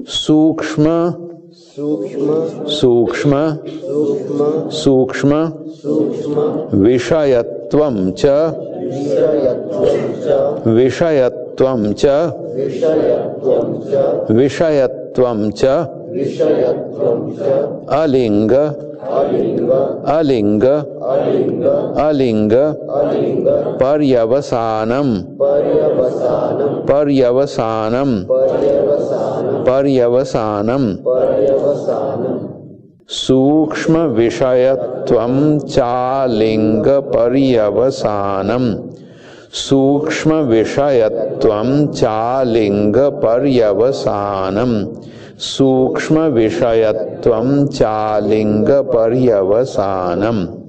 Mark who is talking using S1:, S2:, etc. S1: सूक्ष्म
S2: सूक्ष्म
S1: सूक्ष्म
S2: सूक्ष्म
S1: सूक्ष्म
S2: सूक्ष्म
S1: विषयत्वं च
S2: विषयत्वं च
S1: विषयत्वं च
S2: विषयत्वं
S1: विषयत्वं च
S2: च विषयत्वं च
S1: अलिङ्ग
S2: अलिङ्ग
S1: अलिङ्ग
S2: अलिङ्ग
S1: अलिङ्ग
S2: अलिङ्ग
S1: पर्यवसानं
S2: पर्यवसानं
S1: पर्यवसानं
S2: पर्यवसानं
S1: पर्यवसानं
S2: पर्यवसानं
S1: सूक्ष्मविषयत्वं चालिङ्गपर्यवसानं सूक्ष्मविषयत्वं चालिङ्गपर्यवसानं सूक्ष्मविषयत्वं चालिङ्गपर्यवसानम्